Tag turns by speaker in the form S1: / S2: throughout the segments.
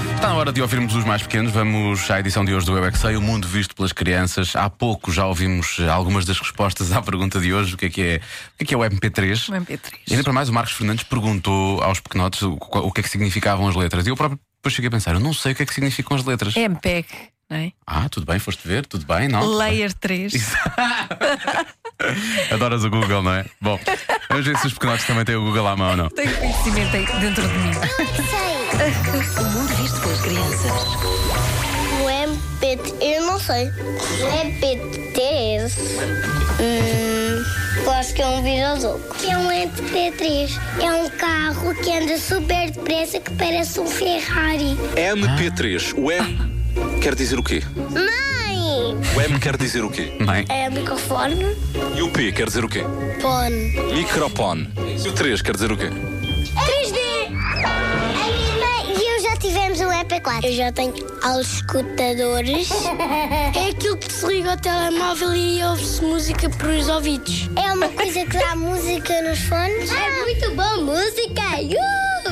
S1: Está na hora de ouvirmos os mais pequenos. Vamos à edição de hoje do Eu é Que Sei, o mundo visto pelas crianças. Há pouco já ouvimos eh, algumas das respostas à pergunta de hoje: o que é que é o, que é, que é o MP3?
S2: O MP3.
S1: E ainda para mais, o Marcos Fernandes perguntou aos pequenotes o, o que é que significavam as letras. E eu próprio depois cheguei a pensar: eu não sei o que é que significam as letras.
S2: MPEG, não é?
S1: Ah, tudo bem, foste ver, tudo bem, não?
S2: Layer 3.
S1: Adoras o Google, não é? Bom, vamos ver se os pequenotes também têm o Google à mão ou não.
S2: Tenho conhecimento aí dentro de mim.
S3: Ah, O mundo visto pelas crianças.
S4: O MPT, eu não sei. O MPT é esse? Hum, eu acho que é um vira-jogo. Que é um MP3. É um carro que anda super depressa que parece um Ferrari.
S5: MP3. O M quer dizer o quê?
S4: Mãe!
S5: O M quer dizer o quê?
S1: Mãe,
S4: É microfone?
S5: E o P quer dizer o quê?
S4: Fone.
S5: Micropone. E o 3 quer dizer o quê?
S4: 3D! A minha irmã e eu já tivemos um EP4. Eu já tenho aos escutadores.
S6: É aquilo que se liga ao telemóvel e ouve-se música por os ouvidos.
S4: É uma coisa que dá música nos fones. é muito boa música!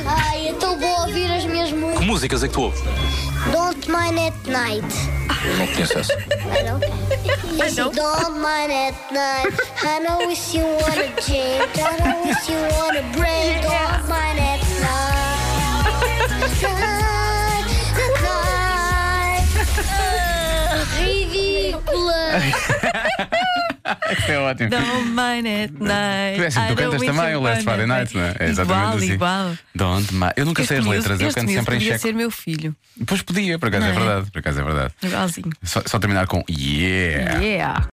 S4: Ai, eu estou boa a ouvir as minhas músicas.
S5: Que músicas é que tu ouves?
S4: Don't mine at night.
S5: Não conheço essa.
S4: I know. Don't mine at night. I know if you wanna drink. I know if you wanna break. Don't mine at night. At night. Ridícula.
S1: é ótimo.
S2: Don't mind at night.
S1: É assim,
S2: I
S1: tu cantas
S2: don't
S1: também
S2: wish
S1: o
S2: you
S1: Last Friday
S2: mind at
S1: Night, não é? É
S2: igual,
S1: exatamente assim.
S2: igual.
S1: Don't ma- Eu nunca sei as
S2: miúdo-
S1: letras, eu
S2: este
S1: canto
S2: miúdo
S1: sempre em
S2: podia
S1: cheque.
S2: ser meu filho.
S1: Pois podia, por acaso é
S2: Não é?
S1: verdade. Por acaso é verdade.
S2: Igualzinho.
S1: Só, só terminar com yeah.
S2: Yeah.